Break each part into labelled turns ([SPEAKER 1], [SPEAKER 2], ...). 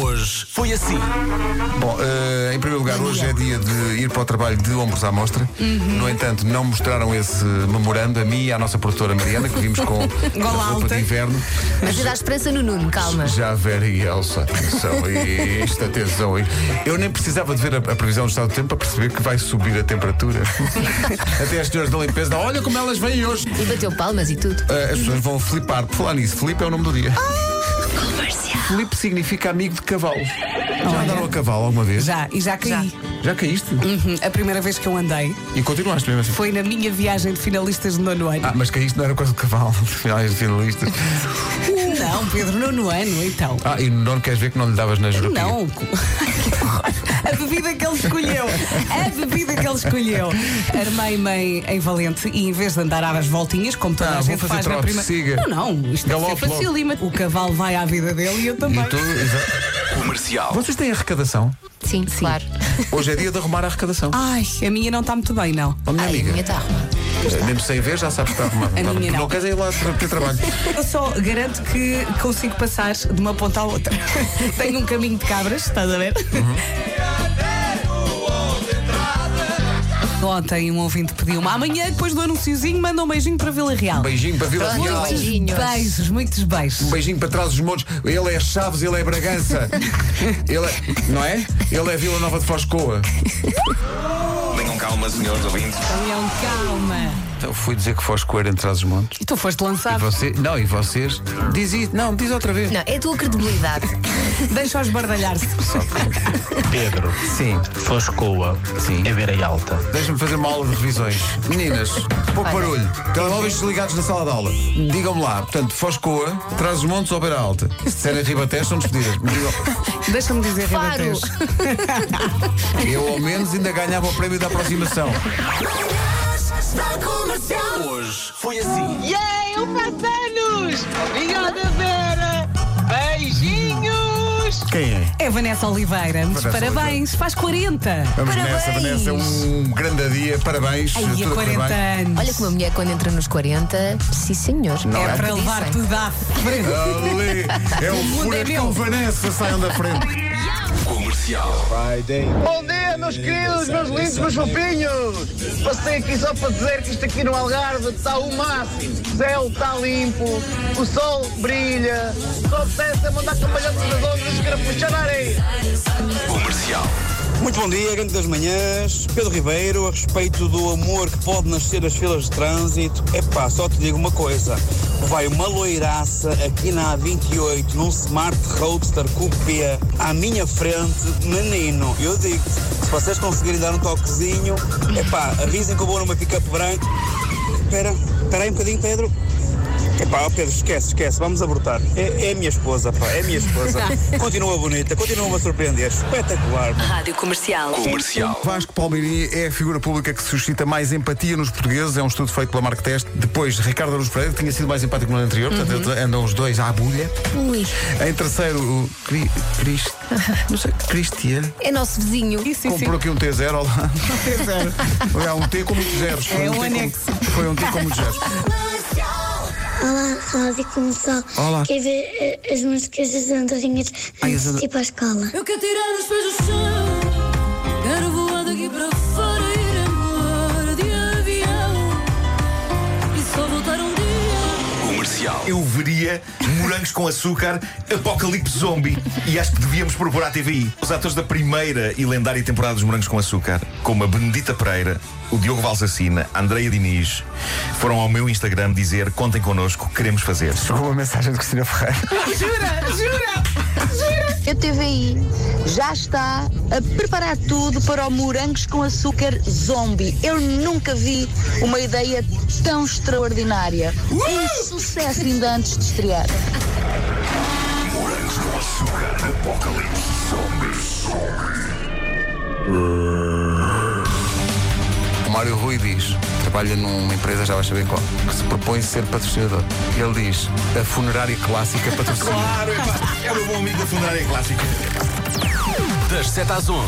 [SPEAKER 1] Hoje foi assim.
[SPEAKER 2] Bom, eh, em primeiro lugar, hoje é dia de ir para o trabalho de ombros à mostra. No entanto, não mostraram esse memorando a mim e à nossa produtora Mariana, que vimos com
[SPEAKER 3] Gola
[SPEAKER 2] roupa
[SPEAKER 3] alta.
[SPEAKER 2] de inverno.
[SPEAKER 4] Mas dá esperança no Nuno, calma.
[SPEAKER 2] Já a Vera e a Elsa, atenção a isto, atenção a isto. Eu nem precisava de ver a, a previsão do estado do tempo para perceber que vai subir a temperatura. Até as senhoras da limpeza, olha como elas vêm hoje.
[SPEAKER 4] E bateu palmas e tudo.
[SPEAKER 2] Eh, as pessoas vão flipar. Por falar nisso, flip é o nome do dia. Flip significa amigo de cavalo. Já andaram a cavalo alguma vez?
[SPEAKER 3] Já, e já caí.
[SPEAKER 2] Já caíste?
[SPEAKER 3] Hum, A primeira vez que eu andei
[SPEAKER 2] E continuaste mesmo assim.
[SPEAKER 3] foi na minha viagem de finalistas de nono ano.
[SPEAKER 2] Ah, mas caíste não era coisa de cavalo, assim, finais de finalistas.
[SPEAKER 3] Não, Pedro, nono ano, então.
[SPEAKER 2] Ah, e não queres ver que não lhe davas na jurupiga?
[SPEAKER 3] Não. Que horror. A bebida que ele escolheu. A bebida que ele escolheu. Armei-me em Valente e em vez de andar às voltinhas, como toda
[SPEAKER 2] Ah,
[SPEAKER 3] a
[SPEAKER 2] vou
[SPEAKER 3] gente
[SPEAKER 2] fazer
[SPEAKER 3] faz na
[SPEAKER 2] trote,
[SPEAKER 3] prima.
[SPEAKER 2] siga.
[SPEAKER 3] Não, não, isto é
[SPEAKER 2] Galope logo.
[SPEAKER 3] facílima. O cavalo vai à vida dele e eu também.
[SPEAKER 2] E tu, exa-
[SPEAKER 1] Comercial.
[SPEAKER 2] Vocês têm arrecadação?
[SPEAKER 4] Sim, claro.
[SPEAKER 2] Hoje é dia de arrumar a arrecadação.
[SPEAKER 3] Ai, a minha não está muito bem, não.
[SPEAKER 2] Ó, minha
[SPEAKER 4] Ai, a
[SPEAKER 2] amiga,
[SPEAKER 4] minha está arrumada.
[SPEAKER 2] eh, mesmo sem ver, já sabes que está arrumado.
[SPEAKER 3] A
[SPEAKER 2] Não,
[SPEAKER 3] minha
[SPEAKER 2] tu
[SPEAKER 3] não.
[SPEAKER 2] queres ir lá tra- ter trabalho.
[SPEAKER 3] Eu só garanto que consigo passar de uma ponta à outra. Tenho um caminho de cabras, estás a ver? Uhum. Ontem um ouvinte pediu-me. Amanhã, depois do anunciozinho, manda um beijinho para Vila Real.
[SPEAKER 2] Beijinho para Vila
[SPEAKER 4] Pronto,
[SPEAKER 3] um
[SPEAKER 2] Real.
[SPEAKER 4] beijinho. Beijinhos.
[SPEAKER 3] Beijos, muitos beijos.
[SPEAKER 2] Um beijinho para trás dos montes. Ele é Chaves, ele é Bragança. ele é, não é? Ele é Vila Nova de Foscoa.
[SPEAKER 1] Tenham calma, senhores ouvintes.
[SPEAKER 3] Leão, calma.
[SPEAKER 2] Então fui dizer que Foscoa era entre trás dos montes.
[SPEAKER 3] E tu foste
[SPEAKER 2] E
[SPEAKER 3] lançado.
[SPEAKER 2] você, não, e vocês? Diz isso, não, diz outra vez.
[SPEAKER 4] Não, é a tua credibilidade.
[SPEAKER 3] Deixa-os bardalhar-se.
[SPEAKER 5] Pedro,
[SPEAKER 2] Sim.
[SPEAKER 5] Foscoa,
[SPEAKER 2] Sim.
[SPEAKER 5] é Beira Alta.
[SPEAKER 2] Deixa-me fazer uma aula de revisões. Meninas, pouco barulho. Telemóveis desligados na sala de aula. Digam-me lá, portanto, Foscoa, traz os montes ou beira alta. Se disserem Ribatejo, são despedidas. Me digam,
[SPEAKER 3] Deixa-me dizer,
[SPEAKER 4] Faro.
[SPEAKER 3] Ribatejo.
[SPEAKER 2] eu ao menos ainda ganhava o prémio da aproximação.
[SPEAKER 1] Hoje foi assim.
[SPEAKER 6] Yay, eu faço anos! Obrigada, Vera! Beijinhos!
[SPEAKER 2] Quem é?
[SPEAKER 3] É Vanessa Oliveira. Muitos
[SPEAKER 2] Vanessa
[SPEAKER 3] parabéns. Faz 40.
[SPEAKER 2] Vamos
[SPEAKER 4] Parabéns.
[SPEAKER 2] nessa, Vanessa. Um grande dia, parabéns.
[SPEAKER 3] Aí, a
[SPEAKER 2] tudo a correr
[SPEAKER 3] 40
[SPEAKER 2] bem.
[SPEAKER 3] anos.
[SPEAKER 4] Olha que uma mulher quando entra nos 40, sim senhor.
[SPEAKER 2] Não
[SPEAKER 3] é
[SPEAKER 2] é?
[SPEAKER 3] para levar
[SPEAKER 4] Dizem.
[SPEAKER 3] tudo à frente.
[SPEAKER 2] Ali, é o
[SPEAKER 3] mundo é
[SPEAKER 2] furacão
[SPEAKER 3] meu.
[SPEAKER 2] Vanessa, saiam da frente.
[SPEAKER 1] Comercial.
[SPEAKER 7] Bom dia, meus queridos, meus lindos, meus fofinhos! Passei aqui só para dizer que isto aqui no Algarve está o máximo. O céu está limpo, o sol brilha, só apetece é mandar cambalhotas nas ondas e puxar a areia.
[SPEAKER 1] Comercial.
[SPEAKER 8] Muito bom dia, grande das manhãs. Pedro Ribeiro, a respeito do amor que pode nascer das filas de trânsito, é pá, só te digo uma coisa. Vai uma loiraça aqui na A28, num Smart Roadster Coupé, à minha frente, menino. Eu digo se vocês conseguirem dar um toquezinho, é pá, avisem que eu vou numa pick-up branca. Espera, espera aí um bocadinho, Pedro. Epá, ó Pedro, esquece, esquece, vamos abortar. É, é a minha esposa, pá, é a minha esposa. Continua bonita, continua-me a surpreender. Espetacular, pá.
[SPEAKER 9] Rádio Comercial.
[SPEAKER 1] Comercial.
[SPEAKER 2] Vasco Palmeirim é a figura pública que suscita mais empatia nos portugueses. É um estudo feito pela Mark Test. Depois, Ricardo Aruz Pereira, que tinha sido mais empático no ano anterior.
[SPEAKER 3] Uhum.
[SPEAKER 2] Portanto, andam os dois à bulha.
[SPEAKER 4] Ui,
[SPEAKER 2] Em terceiro, o Cri- Cris- não sei, Cristiano
[SPEAKER 4] é nosso vizinho.
[SPEAKER 3] Isso, isso.
[SPEAKER 2] comprou aqui um T0. Olá. Um T0. É um T com muitos zeros. Foi
[SPEAKER 3] É um
[SPEAKER 2] T com-
[SPEAKER 3] anexo.
[SPEAKER 2] Foi um T com muitos zeros.
[SPEAKER 10] Olá, Rádio Comercial.
[SPEAKER 2] Olá.
[SPEAKER 10] Quer ver eh, as músicas das andorinhas
[SPEAKER 2] Ai, as
[SPEAKER 10] antes
[SPEAKER 2] ando-
[SPEAKER 10] de ir para a escola?
[SPEAKER 9] Eu quero tirar os pés do chão. Quero voar daqui para fora e ir embora de avião. E só voltar um dia.
[SPEAKER 1] Comercial.
[SPEAKER 11] Eu veria morangos com açúcar, apocalipse zombie. E acho que devíamos propor à TVI. Os atores da primeira e lendária temporada dos Morangos com Açúcar, como a Benedita Pereira, o Diogo Valsacina, a Andreia Diniz, foram ao meu Instagram dizer: contem connosco, queremos fazer.
[SPEAKER 2] Chegou uma mensagem de Cristina Ferreira.
[SPEAKER 6] A TVI já está a preparar tudo para o morangos com açúcar zombie. Eu nunca vi uma ideia tão extraordinária. Um sucesso ainda antes de estrear.
[SPEAKER 2] O Mário Rui diz, trabalha numa empresa, já vais saber qual, que se propõe ser patrocinador. E ele diz, a funerária clássica patrocina.
[SPEAKER 11] Claro, é o meu bom amigo da Funerária Clássica.
[SPEAKER 1] Das 7 às 11,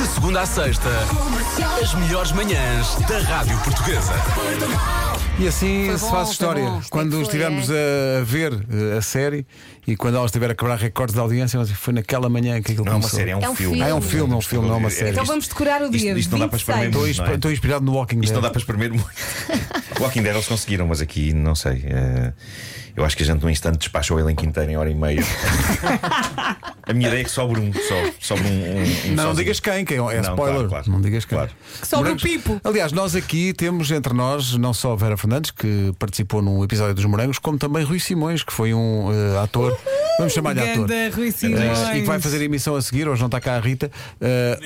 [SPEAKER 1] de segunda à sexta, as melhores manhãs da Rádio Portuguesa.
[SPEAKER 2] E assim
[SPEAKER 3] Foi
[SPEAKER 2] se faz
[SPEAKER 3] bom, foi é.
[SPEAKER 2] história.
[SPEAKER 3] bom. Isto
[SPEAKER 2] Quando estivermos a ver eh, a série e quando ela estiver a quebrar recordes de audiência, mas foi naquela manhã que aquilo
[SPEAKER 11] Não é uma
[SPEAKER 2] começou.
[SPEAKER 11] série, é um É um filme. filme.
[SPEAKER 2] Ah, é um filme, é um filme, não é uma série.
[SPEAKER 3] Então vamos decorar o dia.
[SPEAKER 11] isto não dá para espremer
[SPEAKER 3] 26.
[SPEAKER 11] muito,
[SPEAKER 2] Estou
[SPEAKER 11] não é?
[SPEAKER 2] insp- Estou inspirado no Walking
[SPEAKER 11] Isto não
[SPEAKER 2] Dead.
[SPEAKER 11] dá para espremer muito. Walking Dead eles conseguiram, mas aqui não sei. eh, eu acho que a gente num instante despachou o elenco inteiro em hora e meia. a minha ideia é que sobra um só. Sobra um, um, um
[SPEAKER 2] Não,
[SPEAKER 11] sozinho.
[SPEAKER 2] não digas quem, quem é
[SPEAKER 11] Não,
[SPEAKER 2] spoiler.
[SPEAKER 11] claro, claro.
[SPEAKER 2] não digas quem.
[SPEAKER 3] Que sobe o
[SPEAKER 2] Morangos-
[SPEAKER 3] Pipo.
[SPEAKER 2] Aliás, nós aqui temos entre nós não só Vera Fernandes, que participou num episódio dos Morangos, como também Rui Simões, que foi um eh, ator. Vamos chamar-lhe ator.
[SPEAKER 3] Ganda Rui Simões.
[SPEAKER 2] Eh, e que vai fazer emissão a seguir, hoje não está cá a Rita. Eh,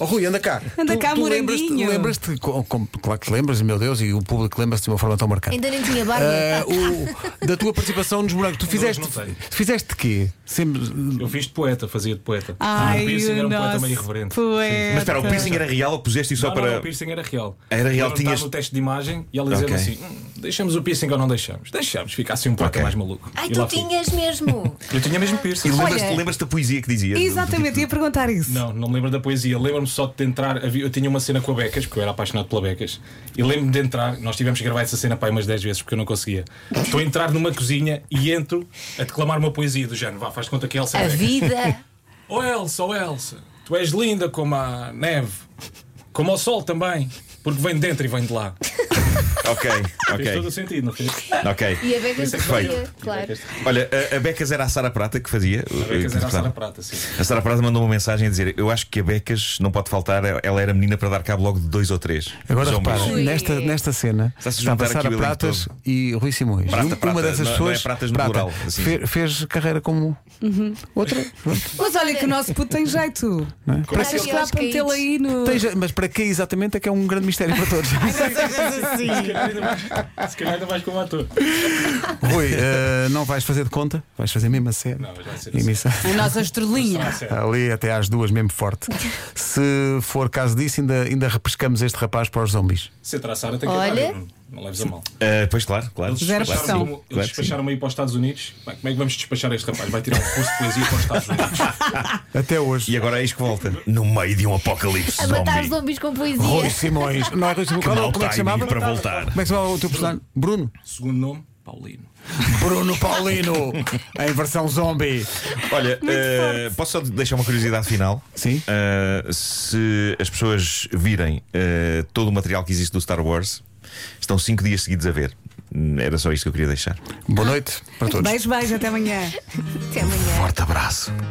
[SPEAKER 2] oh, Rui, anda cá.
[SPEAKER 3] Anda
[SPEAKER 2] Tu-
[SPEAKER 3] cá,
[SPEAKER 2] tu lembras-te-
[SPEAKER 3] moranguinho.
[SPEAKER 2] Lembras-te, com- com- claro que te lembras, meu Deus, e o público lembra-se de uma forma tão marcante.
[SPEAKER 4] Ainda nem tinha barba.
[SPEAKER 2] Eh, o- da tua participação nos morangos, tu fizeste.
[SPEAKER 12] não tenho.
[SPEAKER 2] Fizeste quê? Sempre.
[SPEAKER 12] Eu fiz de poeta, fazia de poeta.
[SPEAKER 3] Ai,
[SPEAKER 12] o piercing era um
[SPEAKER 3] o
[SPEAKER 12] poeta
[SPEAKER 3] nosso
[SPEAKER 12] meio irreverente. Ah,
[SPEAKER 3] poeta.
[SPEAKER 11] Mas espera, o piercing era real ou puseste isso só
[SPEAKER 12] não,
[SPEAKER 11] para.
[SPEAKER 12] não, o piercing era real.
[SPEAKER 11] Era real,
[SPEAKER 12] Eu
[SPEAKER 11] tinhas-
[SPEAKER 12] estava no teste de imagem e ela dizia
[SPEAKER 11] Ok.
[SPEAKER 12] assim: "Hum, deixamos o piercing ou não deixamos? Deixamos, fica assim um poeta mais maluco.
[SPEAKER 4] Ai,
[SPEAKER 12] E
[SPEAKER 4] tu
[SPEAKER 12] lá fui.
[SPEAKER 4] tinhas mesmo.
[SPEAKER 12] Eu tinha mesmo piercing.
[SPEAKER 11] E lembras-te
[SPEAKER 4] Olha.
[SPEAKER 11] lembras-te da poesia que dizia?
[SPEAKER 3] Exatamente, ia perguntar isso.
[SPEAKER 12] Não, não me lembro da poesia. Lembro-me só de entrar. havia- Eu tinha uma cena com a Becas, porque eu era apaixonado pela Becas. E lembro-me de entrar. Nós tivemos que gravar essa cena para umas 10 vezes, porque eu não conseguia. Estou a entrar numa cozinha e entro a declamar uma poesia do género. Vá, faz conta que a Elsa é
[SPEAKER 4] A
[SPEAKER 12] Becas.
[SPEAKER 4] vida.
[SPEAKER 12] Oh Elsa, oh Elsa, tu és linda como a neve, como o sol também, porque vem de dentro e vem de lá.
[SPEAKER 11] Ok,
[SPEAKER 12] Fez todo
[SPEAKER 11] ok.
[SPEAKER 12] o sentido, não fez?
[SPEAKER 11] Ok.
[SPEAKER 4] E a Becas
[SPEAKER 11] Perfeito.
[SPEAKER 4] sabia, claro.
[SPEAKER 11] Olha, a, a Becas era a Sara Prata que fazia. A
[SPEAKER 12] Becas era a Sara Prata, sim.
[SPEAKER 11] A Sara Prata mandou uma mensagem a dizer: Eu acho que a Becas não pode faltar, ela era menina para dar cabo logo de dois ou três.
[SPEAKER 2] Agora
[SPEAKER 11] zombies."
[SPEAKER 2] repara, nesta, nesta cena
[SPEAKER 11] um Está-se a
[SPEAKER 2] estava
[SPEAKER 11] juntar
[SPEAKER 2] Sara
[SPEAKER 11] aqui o elenco
[SPEAKER 2] Pratas e Rui Simões.
[SPEAKER 11] Prata,
[SPEAKER 2] E uma
[SPEAKER 11] Prata,
[SPEAKER 2] dessas
[SPEAKER 11] não- não
[SPEAKER 2] pessoas
[SPEAKER 11] é Pratas no
[SPEAKER 2] Prata,
[SPEAKER 11] plural, assim.
[SPEAKER 2] fe- fez carreira como outra. pronto,
[SPEAKER 3] Mas olha que o nosso puto tem jeito.
[SPEAKER 2] não é?
[SPEAKER 3] Para que
[SPEAKER 4] Aqueles
[SPEAKER 3] está para metê-lo
[SPEAKER 4] caídos.
[SPEAKER 3] aí no.
[SPEAKER 2] Tem je- mas para que exatamente é que é um grande mistério para todos.
[SPEAKER 12] Se calhar ainda mais- se calhar ainda mais como ator.
[SPEAKER 2] Rui, eh, não vais fazer de conta, vais fazer mesmo a série.
[SPEAKER 12] Não, mas vai ser assim.
[SPEAKER 2] Emissão.
[SPEAKER 3] A nossa estrelinha.
[SPEAKER 2] Ali até às duas, mesmo forte. Se for caso disso, ainda, ainda repescamos este rapaz para os zombies.
[SPEAKER 12] Se entrar a Sara, tem que
[SPEAKER 4] Olha.
[SPEAKER 12] acabar. Não, não leves a mal.
[SPEAKER 11] Ah, pois, claro, claro.
[SPEAKER 12] Eles
[SPEAKER 3] Zero
[SPEAKER 11] claro, que
[SPEAKER 3] pressão.
[SPEAKER 11] sim,
[SPEAKER 12] despacharam-me
[SPEAKER 11] claro que sim.
[SPEAKER 12] despacharam aí para os Estados Unidos. Bem, como é que vamos despachar este rapaz? Vai tirar um curso de poesia para os Estados Unidos.
[SPEAKER 2] Até hoje.
[SPEAKER 11] E agora eis que volta. No meio de um apocalipse
[SPEAKER 4] A matar
[SPEAKER 11] zombie.
[SPEAKER 4] zombies com
[SPEAKER 2] Rui
[SPEAKER 4] poesia.
[SPEAKER 2] Simões. Não é Rui Simões.
[SPEAKER 11] Que
[SPEAKER 2] Qual é-
[SPEAKER 11] mau
[SPEAKER 2] como é que se
[SPEAKER 11] timing
[SPEAKER 2] chamava?
[SPEAKER 11] para
[SPEAKER 2] Como
[SPEAKER 11] voltar.
[SPEAKER 2] é que se chamava o teu personagem? Bruno.
[SPEAKER 12] Segundo nome, Paulino.
[SPEAKER 2] Bruno Paulino. em versão zombie.
[SPEAKER 11] Olha, eh, posso só deixar uma curiosidade final?
[SPEAKER 2] Sim.
[SPEAKER 11] Eh, se as pessoas virem eh, todo o material que existe do Star Wars, estão cinco dias seguidos a ver. Hum, Era só isto que eu queria deixar.
[SPEAKER 2] Boa noite para todos.
[SPEAKER 3] Beijo, beijo, até amanhã.
[SPEAKER 4] Até amanhã.
[SPEAKER 11] Forte abraço.